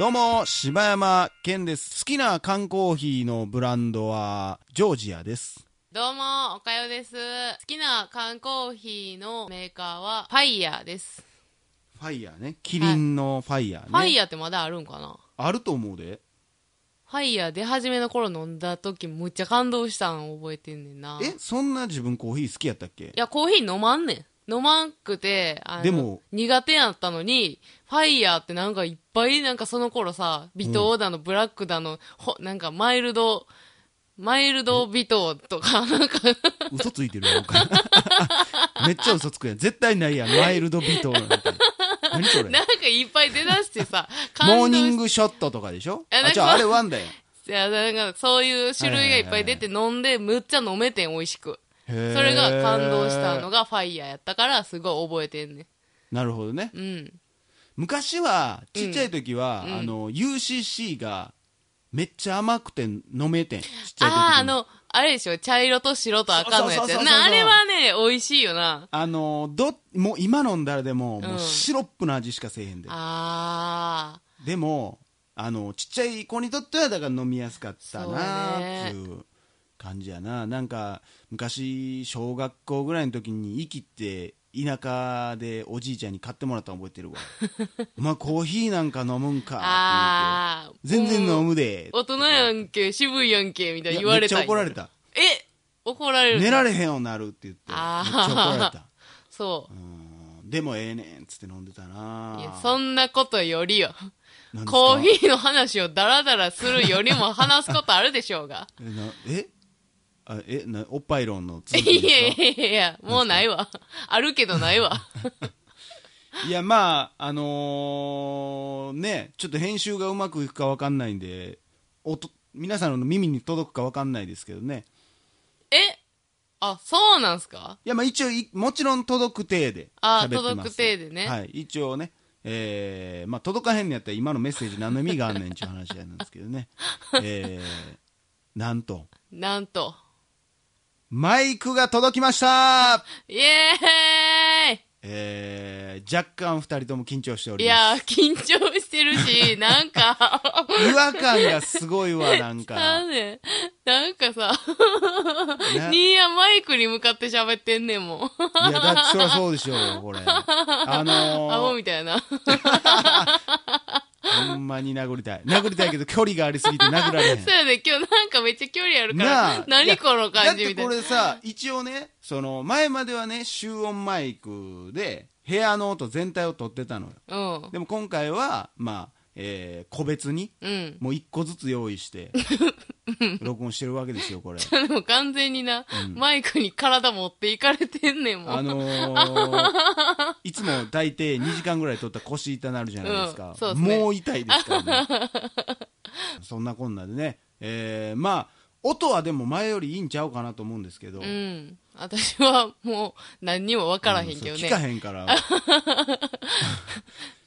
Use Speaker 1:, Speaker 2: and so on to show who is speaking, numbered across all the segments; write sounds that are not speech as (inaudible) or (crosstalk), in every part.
Speaker 1: うも、柴山健です。好きな缶コーヒーのブランドは、ジョージアです。
Speaker 2: どうも、おかよです。好きな缶コーヒーのメーカーは、ファイヤーです。
Speaker 1: ファイヤーね。キリンのファイヤーね。
Speaker 2: ファイヤーってまだあるんかな
Speaker 1: あると思うで。
Speaker 2: ファイヤー出始めの頃飲んだ時、むっちゃ感動したん覚えてんねんな。
Speaker 1: え、そんな自分コーヒー好きやったっけ
Speaker 2: いや、コーヒー飲まんねん。飲まんくて、あの
Speaker 1: でも
Speaker 2: 苦手やったのに、ファイヤーってなんかいっぱい、なんかその頃さ、微糖だの、ブラックだの、ほ、なんかマイルド、マイルド微糖とか、 (laughs) なんか、
Speaker 1: 嘘ついてるやん
Speaker 2: (laughs)
Speaker 1: か。めっちゃ嘘つくやん。絶対ないやん。マイルドビトなんて。何それ
Speaker 2: なんかいっぱい出だしてさ、
Speaker 1: モー
Speaker 2: 感動
Speaker 1: ニ
Speaker 2: し
Speaker 1: ングショットとかでしょ
Speaker 2: いやなん
Speaker 1: あ、
Speaker 2: か
Speaker 1: じゃああれワンだよ。
Speaker 2: いや、なんかそういう種類がいっぱい出て飲んで、むっちゃ飲めてん、美味しく。
Speaker 1: そ
Speaker 2: それが感動したの
Speaker 1: が。
Speaker 2: がファイヤーやったから、すごい覚えてんね
Speaker 1: なるほどね。
Speaker 2: ん。うん。
Speaker 1: 昔は、ちっちゃい時は、あの、UCC が、めっちゃ甘くて飲めてん。ちっちゃい時に。
Speaker 2: ああ、あ、の、あれでしょ、茶色と白と赤のや
Speaker 1: そう
Speaker 2: つ
Speaker 1: そうそうそ
Speaker 2: や
Speaker 1: う
Speaker 2: な。あれはね、美味しいよな。
Speaker 1: あの、ど、もう今飲んだらでも、もううんシロップの味しかせえへんで。
Speaker 2: ああ、
Speaker 1: でも、あの、ちっちゃい子にとっては、だから飲みやすかったなーっていう感じやな。なんか、昔、小学校ぐらいの時に、生きて、田舎でおじいちゃんに買ってもらったの覚えてる
Speaker 2: (laughs)
Speaker 1: わ。お前コーヒーなんか飲むんかって言って。
Speaker 2: ああ、
Speaker 1: 全然飲
Speaker 2: む。
Speaker 1: むで。
Speaker 2: 大人やんけ、渋いやんけ、みたい
Speaker 1: いや
Speaker 2: な言われたん
Speaker 1: めっち
Speaker 2: や
Speaker 1: ゃ怒られ。た。
Speaker 2: え怒られる
Speaker 1: 寝られへんようになるって言って。めっち
Speaker 2: あ
Speaker 1: ゃ
Speaker 2: ー
Speaker 1: 怒られた。
Speaker 2: そう。
Speaker 1: うんでもええねんっつって飲んでたない
Speaker 2: や、
Speaker 1: ん
Speaker 2: そんなことよりよ。
Speaker 1: ですか
Speaker 2: コーヒーの話をダラダラするよりも話すことあるでしょうが。
Speaker 1: えなえあえなおっぱい論の続き
Speaker 2: いや
Speaker 1: です
Speaker 2: い
Speaker 1: か
Speaker 2: やいやいや、もうないわ。あるけどな
Speaker 1: (laughs)
Speaker 2: いわ。
Speaker 1: いやまああのーねちょっと編集がうまくいくかわかんないんでおと皆さんの耳に届くかわかんないですけどね
Speaker 2: えあ、そうなんすか
Speaker 1: いやまあ一応いもちろん届く体で
Speaker 2: あ
Speaker 1: 喋ってます
Speaker 2: 届く体でね
Speaker 1: はい一応ねえーまあ届かへんのやったら今のメッセージ何の意味があんねんっていう話なんですけど
Speaker 2: (laughs)
Speaker 1: ねえーなんと
Speaker 2: なんと。
Speaker 1: マイクが届きました
Speaker 2: イエー
Speaker 1: えー、若干二人とも緊張してお
Speaker 2: イい
Speaker 1: り
Speaker 2: や
Speaker 1: ま
Speaker 2: ー、緊張して
Speaker 1: (laughs)
Speaker 2: るし、なんか、
Speaker 1: す。違和感がすごいわ、なん
Speaker 2: な
Speaker 1: か。
Speaker 2: (laughs) んで、なんかさ、
Speaker 1: な
Speaker 2: ニーヤマイクに向かって喋ってんねんもん。
Speaker 1: いや、だってそりゃそうでしょうよ、これ。あ
Speaker 2: アホ
Speaker 1: のー、
Speaker 2: みたいな。
Speaker 1: ほんまに殴りたい。殴りたいけど距離がありすぎて殴られへん
Speaker 2: そう。やね、今日なんかめっちゃ距離あるか
Speaker 1: なあ
Speaker 2: ら、何この感じみ
Speaker 1: だって
Speaker 2: たい
Speaker 1: こ
Speaker 2: な。
Speaker 1: れさ、一応ね、その、前まではね、集音マイクで、部屋の音全体を取ってたのよ。
Speaker 2: うん。
Speaker 1: でも今回は、まあ、えー個別に、
Speaker 2: うん。
Speaker 1: もう一個ずつ用意して、
Speaker 2: (laughs)
Speaker 1: 録音してるわけですよ、これ。
Speaker 2: でも完全にな、マイクに体持っていかれてんねんもん。
Speaker 1: あのー、いつも大抵2時間ぐらい取ったら腰痛なるじゃないですか、
Speaker 2: うんそうですね
Speaker 1: もう痛いですからねそんなこんなでね、えーまあ音はでも前よりいいんちゃうかなと思うんですけど、
Speaker 2: うん。私はもう何にも分からへんけ
Speaker 1: う
Speaker 2: ど
Speaker 1: んそう聞か
Speaker 2: ね。
Speaker 1: へん
Speaker 2: (laughs)
Speaker 1: から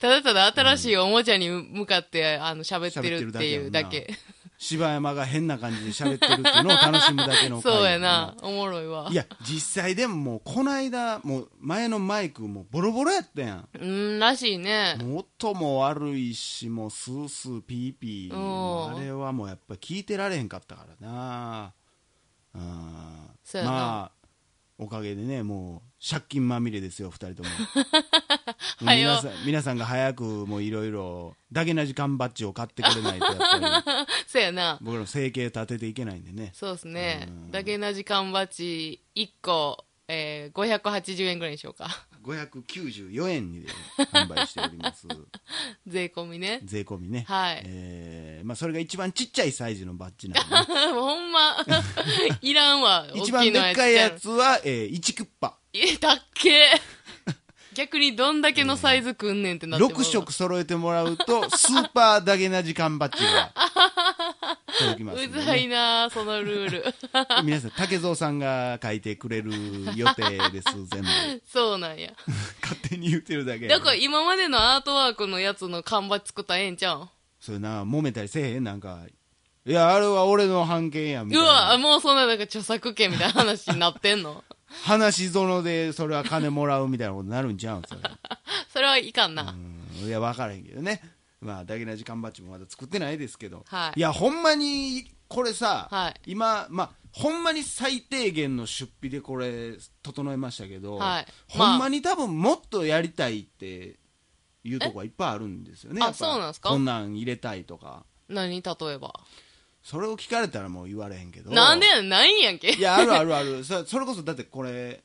Speaker 2: ただただ新しいおもちゃに向かって、あの、喋ってるっていうだ
Speaker 1: 喋ってるだけや
Speaker 2: け。
Speaker 1: 柴山が変な感じで喋ってるっていうのを楽しむだけの回
Speaker 2: (laughs) そうやな。おもろいわ
Speaker 1: い。や実際でももうこの間もう前のマイクもうボロボロやったやん
Speaker 2: うん、らしいね。 (laughs)
Speaker 1: もう音も悪いしもうスースーピーピー
Speaker 2: うん
Speaker 1: あれはもうやっぱ聞いてられへんかったからなうん
Speaker 2: そうやな
Speaker 1: まあおかげでねもう借金まみれですよ2人とも
Speaker 2: (laughs)
Speaker 1: もう
Speaker 2: はよ
Speaker 1: 皆さん皆さんが早くもういろいろだけな時間バッジを買ってくれないとやっぱり
Speaker 2: そうやな。
Speaker 1: 僕らの生計立てていけないんでね
Speaker 2: そうですね
Speaker 1: うん。
Speaker 2: だけな時間バッチ1個、えー、580円ぐらいにしようか。 (laughs)
Speaker 1: 594円に販売しております
Speaker 2: 税込みね。
Speaker 1: (laughs)
Speaker 2: (laughs)
Speaker 1: 税込みね
Speaker 2: はい
Speaker 1: えーまあ、それが一番ちっちゃいサイズのバッジなんでね
Speaker 2: (laughs) もうほんま、いらんわ。
Speaker 1: 一
Speaker 2: 大き
Speaker 1: 番
Speaker 2: の
Speaker 1: でっかいや
Speaker 2: ちっちゃの
Speaker 1: つは、えー、1クッパ
Speaker 2: え、だっけ逆にどんだけのサイズくんねんって
Speaker 1: (laughs)
Speaker 2: なってもうわ
Speaker 1: 6色揃えてもらうとスーパーダゲな時間バッジ
Speaker 2: (laughs)
Speaker 1: が届きます
Speaker 2: うん
Speaker 1: で
Speaker 2: ざい
Speaker 1: ね、
Speaker 2: なあそのルール
Speaker 1: 皆さん竹蔵さんが書いてくれる予定です
Speaker 2: (laughs)
Speaker 1: 全部
Speaker 2: そうなんや
Speaker 1: 勝手に言ってるだけ
Speaker 2: だから今までのアートワークのやつの缶バッジ作ったらええんちゃうん
Speaker 1: それな揉めたりせえへんなんかいやあれは俺の判件やみ
Speaker 2: う
Speaker 1: たい
Speaker 2: わ
Speaker 1: な
Speaker 2: もうそんななんか著作権みたいな話になって
Speaker 1: (laughs)
Speaker 2: んの
Speaker 1: 話し園でそれは金もらうみたいなことになるんちゃうんそれ
Speaker 2: それはいかんな、
Speaker 1: うんいや分からへんけどねまあ、ダゲな時間バッジもまだ作ってないですけど、
Speaker 2: はい
Speaker 1: や、ほんまにこれさ、
Speaker 2: はい
Speaker 1: 今、まあ、ほんまに最低限の出費でこれ、整えましたけど、
Speaker 2: はい
Speaker 1: ほんまに多分もっとやりたいっていうとこはいっぱいあるんですよね、
Speaker 2: え
Speaker 1: やっぱ
Speaker 2: あそうなんですか
Speaker 1: こんなん入れたいとか、
Speaker 2: 何例えば。
Speaker 1: それを聞かれたらもう言われへんけど、
Speaker 2: なんでやんないんやんけ。
Speaker 1: いや、あるあるある、そそれこそだってこれ、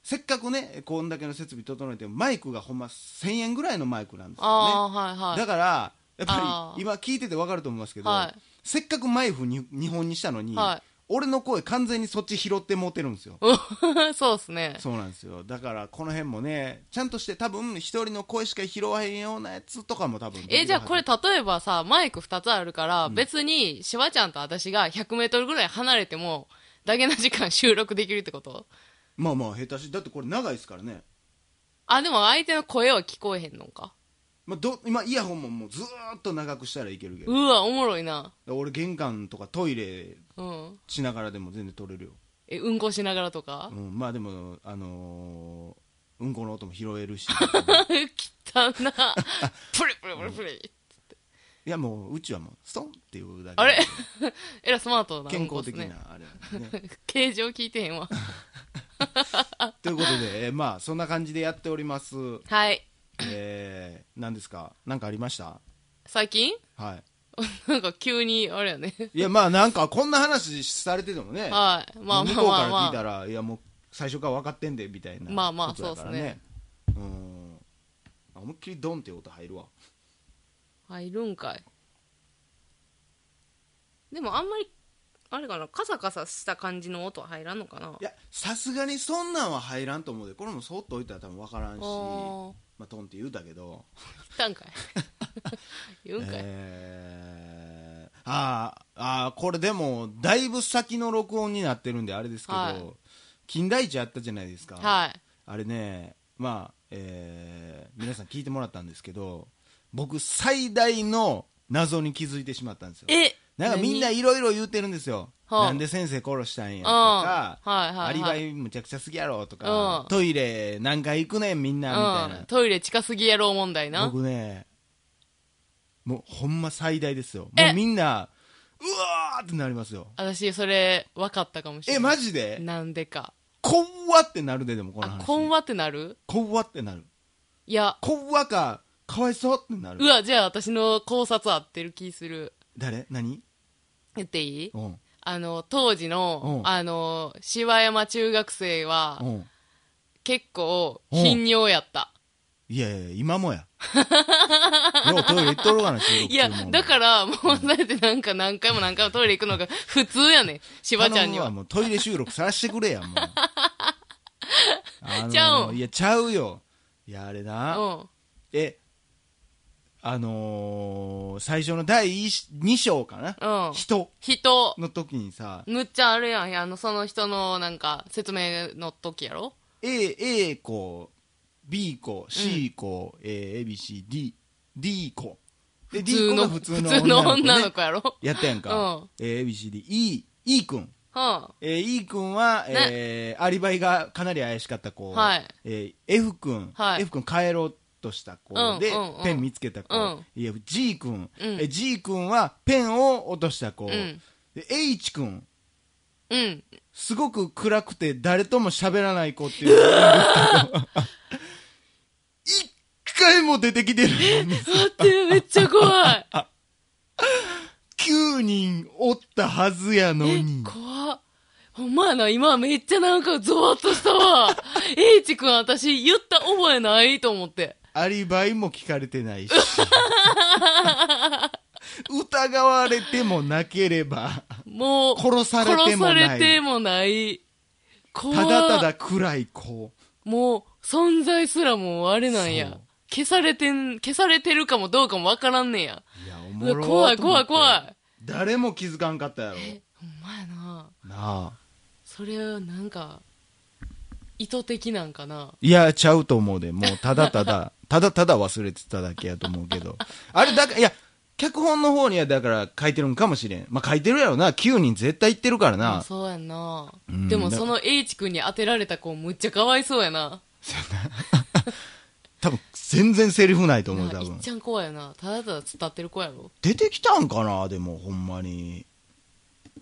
Speaker 1: せっかくね、こんだけの設備整えても、マイクがほんま1000円ぐらいのマイクなんですよね。
Speaker 2: ああ、はいはい。
Speaker 1: だから、やっぱ
Speaker 2: あー
Speaker 1: り今聞いてて分かると思いますけど、
Speaker 2: はい
Speaker 1: せっかくマイフに日本にしたのに、
Speaker 2: はい
Speaker 1: 俺の声完全にそっち拾って持てるんですよ。
Speaker 2: (laughs) そうですね。
Speaker 1: そうなんですよ。だからこの辺もね、ちゃんとして多分一人の声しか拾わへんようなやつとかも多分。
Speaker 2: え、じゃあこれ、例えばさ、マイク2つあるから、別に、しわちゃんと私が100メートルぐらい離れても、だけな時間収録できるってこと
Speaker 1: まあまあ下手し、だってこれ長いですからね。
Speaker 2: あ、でも相手の声は聞こえへんのか。
Speaker 1: まあ、ど今イヤホンももうずーっと長くしたらいけるけ
Speaker 2: う
Speaker 1: ど、
Speaker 2: わ、おもろいな。
Speaker 1: 俺玄関とかトイレ
Speaker 2: うん。
Speaker 1: しながらでも全然取れるよ。
Speaker 2: え、うんこしながらとか
Speaker 1: うん、まあでも、あのーうんこの音も拾える
Speaker 2: (laughs)
Speaker 1: し。
Speaker 2: 汚な。プリプリプリプリ。
Speaker 1: いやもううちはもうストンっていうだけ
Speaker 2: あれ (laughs) えらスマートな。
Speaker 1: 健康的
Speaker 2: うんこっす
Speaker 1: な
Speaker 2: ね。 (laughs)
Speaker 1: あれなんですね
Speaker 2: 形状聞いてへんわ。
Speaker 1: (laughs) ということで、えーまあそんな感じでやっております
Speaker 2: はい。
Speaker 1: えー、何ですか何かありました
Speaker 2: 最近 (laughs)
Speaker 1: は
Speaker 2: なんか急に、あれやね。
Speaker 1: いいやまあなんかこんな話されててもね、
Speaker 2: はい。まあま
Speaker 1: 向
Speaker 2: あ
Speaker 1: こうか
Speaker 2: まあ
Speaker 1: ら聞い
Speaker 2: ま
Speaker 1: た
Speaker 2: あ。
Speaker 1: ら、いやもう最初から分かってんでみたいな
Speaker 2: まあまあ
Speaker 1: ことやからうーんあ思いっきりドンって音入るわ。
Speaker 2: 入るんかい。でもあんまり、あれかな、カサカサした感じの音は入らんのかない
Speaker 1: やさすがにそんなんは入らんと思うでこれもそっと置いたら多分分からんし
Speaker 2: あー
Speaker 1: まあトンって言うたけど
Speaker 2: 来た
Speaker 1: (laughs)
Speaker 2: んかい。言うんかい。
Speaker 1: えーあーあーこれでもだいぶ先の録音になってるんであれですけど、
Speaker 2: はい
Speaker 1: 金田一あったじゃないですか、
Speaker 2: はい。
Speaker 1: あれねまあ、えー皆さん聞いてもらったんですけど僕最大の謎に気づいてしまったんですよ
Speaker 2: え
Speaker 1: なんかみんな
Speaker 2: 何
Speaker 1: いろいろ言ってるんですよ、
Speaker 2: はあ
Speaker 1: なんで先生殺したんやとか、
Speaker 2: うんはいはいはい
Speaker 1: アリバイむちゃくちゃすぎやろとか、
Speaker 2: うん
Speaker 1: トイレ何回行くねんみんなみたいな
Speaker 2: うん、トイレ近すぎやろう問題な。
Speaker 1: 僕ねもうほんま最大ですよも
Speaker 2: え
Speaker 1: うみんなうわーってなりますよ
Speaker 2: 私、それ、分かったかもしれ
Speaker 1: え
Speaker 2: な
Speaker 1: マ
Speaker 2: い。
Speaker 1: ジで
Speaker 2: なんでか。
Speaker 1: こわってなるででもこの
Speaker 2: あ
Speaker 1: 話、
Speaker 2: こん
Speaker 1: わ
Speaker 2: わってなる
Speaker 1: こわってなる
Speaker 2: いや、
Speaker 1: こわかかわいそうってなる
Speaker 2: うわ、じゃあ私の考察合ってる気する。
Speaker 1: 誰何
Speaker 2: 言っていい
Speaker 1: うん
Speaker 2: あの、当時
Speaker 1: う、
Speaker 2: の
Speaker 1: ん
Speaker 2: あの、芝山中学生は
Speaker 1: う、ん
Speaker 2: 結構、頻尿やった。
Speaker 1: いやいや今もやようトイレ行っとるがな収録
Speaker 2: いや、
Speaker 1: 中も
Speaker 2: だから、もう、だってなんか何回も何回もトイレ行くのが (laughs) 普通やねん。しばちゃん
Speaker 1: 頼
Speaker 2: に
Speaker 1: むわ
Speaker 2: は。
Speaker 1: もうトイレ収録さらしてくれ
Speaker 2: (laughs)
Speaker 1: やもうあの
Speaker 2: ちゃうん
Speaker 1: いやちゃうよいやあれ
Speaker 2: う
Speaker 1: な、
Speaker 2: ん。
Speaker 1: えあのー最初の第2章かな、
Speaker 2: うん
Speaker 1: 人
Speaker 2: 人、
Speaker 1: の時にさ
Speaker 2: むっちゃあれやん。あの、その人の、なんか、説明の時やろ
Speaker 1: A, A 子 B 子 C 子、A B C D D 子で D 子が普通の
Speaker 2: 普通の
Speaker 1: 女
Speaker 2: 女
Speaker 1: の子ね
Speaker 2: の子やろ
Speaker 1: やったやんか、A B C D E E 君
Speaker 2: は
Speaker 1: えー、E 君は、えーアリバイがかなり怪しかった子、
Speaker 2: はい
Speaker 1: えー F 君、
Speaker 2: はい
Speaker 1: F 君帰ろうとした子で、
Speaker 2: うんうんうん
Speaker 1: ペン見つけた子、
Speaker 2: うん
Speaker 1: いや G 君、
Speaker 2: うん
Speaker 1: えー G 君はペンを落とした子、
Speaker 2: ん
Speaker 1: で H 君
Speaker 2: あ。うん。
Speaker 1: すごく暗くて誰とも喋らない子っていうのがいるん
Speaker 2: (laughs)
Speaker 1: ですけど一回も出てきて
Speaker 2: (laughs)
Speaker 1: ないのに
Speaker 2: (laughs) 待って、めっちゃ怖い。
Speaker 1: 9人おったはずやの
Speaker 2: え
Speaker 1: に、
Speaker 2: 怖っ。ほんまやな、今めっちゃなんかゾワッとしたわ。H 君私言った覚えないと思って。
Speaker 1: アリバイも聞かれてないし疑われてもなければ
Speaker 2: もう、
Speaker 1: 殺されてもない
Speaker 2: 殺されてもない怖った
Speaker 1: だただ暗い子
Speaker 2: もう、存在すらもうあれなん
Speaker 1: そ
Speaker 2: や
Speaker 1: う。
Speaker 2: 消されてん、消されてるかもどうかもわからんねんや。
Speaker 1: いやお
Speaker 2: う
Speaker 1: も
Speaker 2: わ
Speaker 1: ろ
Speaker 2: 怖い
Speaker 1: と思って
Speaker 2: 怖い怖い。
Speaker 1: 誰も気づかんかったやろ
Speaker 2: ほんまやな。
Speaker 1: なあ
Speaker 2: それはなんか、意図的なんかな。
Speaker 1: いやちゃうと思うでもうただただただただ忘れてただけやと思うけどあれだからいや脚本の方にはだから書いてるんかもしれんまあ書いてるやろな9人絶対言ってるから
Speaker 2: まあ
Speaker 1: な
Speaker 2: そうやんな。
Speaker 1: うん
Speaker 2: でもその H 君に当てられた子むっちゃかわいそうやな。
Speaker 1: 多分全然セリフないと思う
Speaker 2: な
Speaker 1: 多
Speaker 2: い
Speaker 1: 分
Speaker 2: っちゃん怖いよなただただ伝ってる子やろ
Speaker 1: 出てきたんかなでもほんまに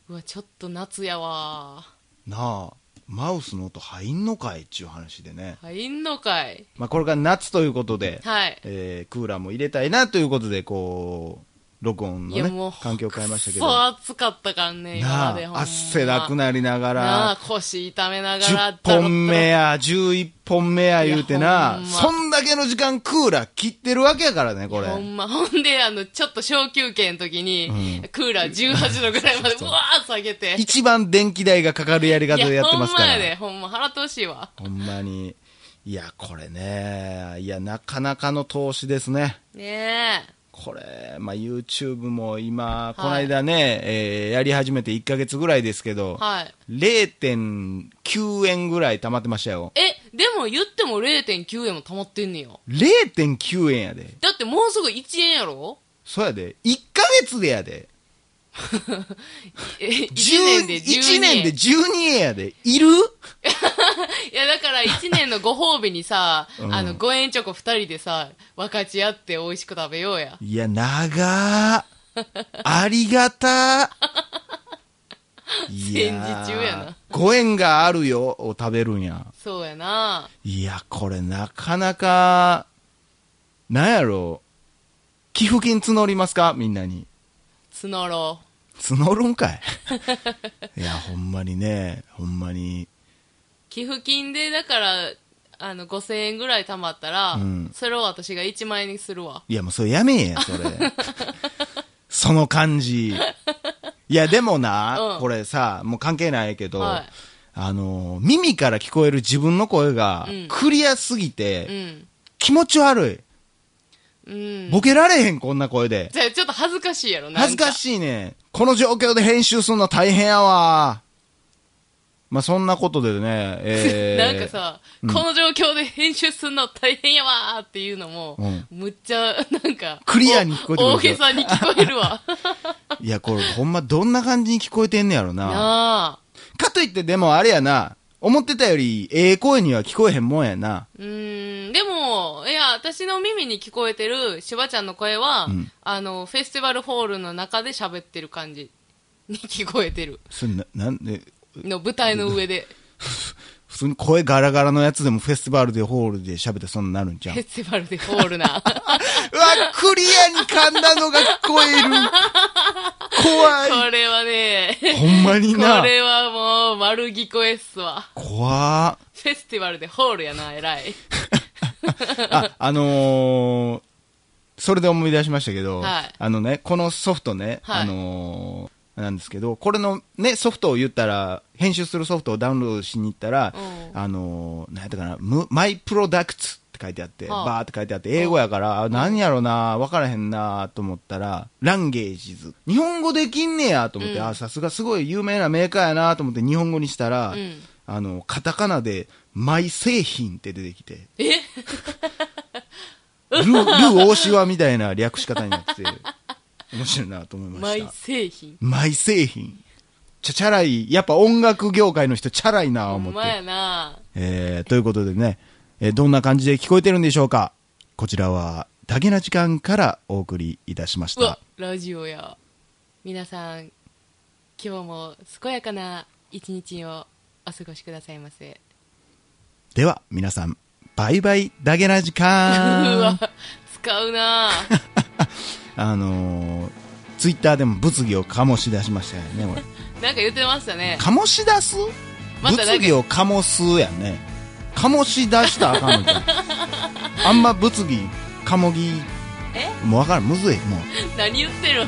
Speaker 2: うわちょっと夏やわ
Speaker 1: なあマウスの音入んのかいっちゅう話でね、
Speaker 2: 入んのかい
Speaker 1: まあ、これから夏ということで、
Speaker 2: はい
Speaker 1: えークーラーも入れたいなということでこう録音
Speaker 2: い
Speaker 1: の
Speaker 2: や
Speaker 1: ね
Speaker 2: もう
Speaker 1: 環境を変えましたけど
Speaker 2: そう
Speaker 1: な
Speaker 2: 暑かったからね今までほん
Speaker 1: あ
Speaker 2: ま
Speaker 1: 汗だくなりなが
Speaker 2: なあ
Speaker 1: ら
Speaker 2: 腰痛めながら
Speaker 1: 10本目
Speaker 2: や
Speaker 1: や11本目や言うて
Speaker 2: いや
Speaker 1: な
Speaker 2: ほんま
Speaker 1: そんだけの時間クーラー切ってるわけやからねこれ
Speaker 2: ほんまほんであのちょっと小休憩の時に、クーラー18度ぐらいまでうわー下げて
Speaker 1: 一番電気代がかかるやり方でやってますか
Speaker 2: いや
Speaker 1: ら
Speaker 2: ほんまやでほんま払ってほしいわ
Speaker 1: ほんまに。いや、これね、いや、なかなかの投資ですね。
Speaker 2: ねえ
Speaker 1: これ、まあ、YouTube も今、この間ね、えーやり始めて1ヶ月ぐらいですけど、
Speaker 2: はい
Speaker 1: 0.9円ぐらい溜まってましたよ。
Speaker 2: えでも言っても0.9円も溜まってんねや
Speaker 1: 0.9円やで。
Speaker 2: だってもうすぐ1円やろ
Speaker 1: そうやで。1ヶ月でやで。
Speaker 2: え
Speaker 1: 10
Speaker 2: 1年で12円
Speaker 1: 1年で12円やで。いる
Speaker 2: いや、だから一年のご褒美に
Speaker 1: (laughs)
Speaker 2: さ、あの、5円チョコ二人でさ、分かち合って美味しく食べようや。
Speaker 1: いや、長ー。ありがたー。いー
Speaker 2: 戦時中やな。
Speaker 1: ご縁があるよを食べるんや。
Speaker 2: そうやな。
Speaker 1: いや、これなかなか、なんやろう。寄付金募りますかみんなに。
Speaker 2: 募ろ
Speaker 1: 募るんか
Speaker 2: (laughs)
Speaker 1: い。いや、ほんまにね、ほんまに。
Speaker 2: う。寄付金で、だから、あの、5000円ぐらい貯まったら、
Speaker 1: うん
Speaker 2: それを私が1万円にするわ。
Speaker 1: いや、もうそれやめえや、それ。その感じ。いや、でもな、
Speaker 2: うん
Speaker 1: これさ、もう関係ないけど、
Speaker 2: はい
Speaker 1: あの、耳から聞こえる自分の声が
Speaker 2: うん、
Speaker 1: クリアすぎ
Speaker 2: う
Speaker 1: て、
Speaker 2: ん。
Speaker 1: 気持ち悪
Speaker 2: うん
Speaker 1: い。。ボケられへん、こんな声で。
Speaker 2: じゃあちょっと恥ずかしいやろ、なん
Speaker 1: 恥ずか
Speaker 2: い。
Speaker 1: しいね。この状況で編集するの大変やわ。まあ、そんなことでね、え
Speaker 2: (laughs) な
Speaker 1: ー、
Speaker 2: んかさ、この状況で編集するの大変やわーっていうのも、
Speaker 1: うん
Speaker 2: むっちゃ、なんか、
Speaker 1: クリアに聞こえてくる
Speaker 2: お大げさに聞こえ
Speaker 1: (laughs)
Speaker 2: るわ。
Speaker 1: いや、これほんまどんな感じに聞こえてんねやろな。
Speaker 2: なあ。
Speaker 1: かといってでもあれやな、思ってたよりええ声には聞こえへんもんやな。
Speaker 2: うーん、でも、いや、私の耳に聞こえてるしばちゃんの声は、
Speaker 1: ん
Speaker 2: あの、フェスティバルホールの中で喋ってる感じに聞こえてる。
Speaker 1: それな、なんで、
Speaker 2: の舞台の上で、
Speaker 1: 普通に声ガラガラのやつでもフェスティバルでホールで喋ってそんななるんじゃん。
Speaker 2: フ
Speaker 1: う
Speaker 2: ェ
Speaker 1: わ、
Speaker 2: スティバルでホールな。
Speaker 1: クリアに噛んだのが聞こえる。怖
Speaker 2: これはね、
Speaker 1: い。ほんまに
Speaker 2: こ
Speaker 1: な。
Speaker 2: れはもう丸聞こえっすわ。
Speaker 1: 怖っ
Speaker 2: フェスティバルでホールやな、偉い。
Speaker 1: あ、あのーそれで思い出しましたけど、
Speaker 2: はい
Speaker 1: あのね、このソフトね、
Speaker 2: はい
Speaker 1: あのーなんですけど、これのね、ソフトを言ったら、編集するソフトをダウンロードしに行ったら、
Speaker 2: うん
Speaker 1: あのーなんやったかな、むマイプロダクツって書いてあって、
Speaker 2: はあ
Speaker 1: バーって書いてあって、英語やから、あ何やろな、分からへんなと思ったら、ランゲージズ。日本語できんねやと思って、
Speaker 2: うん
Speaker 1: あ、さすがすごい有名なメーカーやなと思って日本語にしたら、
Speaker 2: うん
Speaker 1: あの、カタカナで、マイ製品って出てきて、
Speaker 2: え
Speaker 1: ル、ル大シワみたいな略し方になってて、面白いなと思いま
Speaker 2: マ
Speaker 1: し
Speaker 2: イ
Speaker 1: た。
Speaker 2: 製品。
Speaker 1: マイ製品。ちゃチャラい、やっぱ音楽業界の人チャラいなぁ
Speaker 2: ほ
Speaker 1: 思っ
Speaker 2: んま
Speaker 1: て。
Speaker 2: やな。
Speaker 1: えー、ということでね、えーどんな感じで聞こえてるんでしょうかこちらは、だけな時間からお送りいたしまし
Speaker 2: うわ
Speaker 1: た。、
Speaker 2: ラジオや。皆さん、今日も健やかな一日をお過ごしくださいませ。
Speaker 1: では、皆さん、バイバイ、だけな時
Speaker 2: (laughs) うわ
Speaker 1: 間。、
Speaker 2: 使
Speaker 1: (laughs)
Speaker 2: うな
Speaker 1: あのー、ツイッターでも物議を醸し出しましたよね、これ。
Speaker 2: なんか言ってましたね。
Speaker 1: 醸し出す
Speaker 2: またなんか
Speaker 1: 物議を醸すやんね醸し出したらあかんのじ
Speaker 2: (laughs)
Speaker 1: ゃんあんま物議かもぎ
Speaker 2: え
Speaker 1: もう分からんむずいもう
Speaker 2: 何言ってる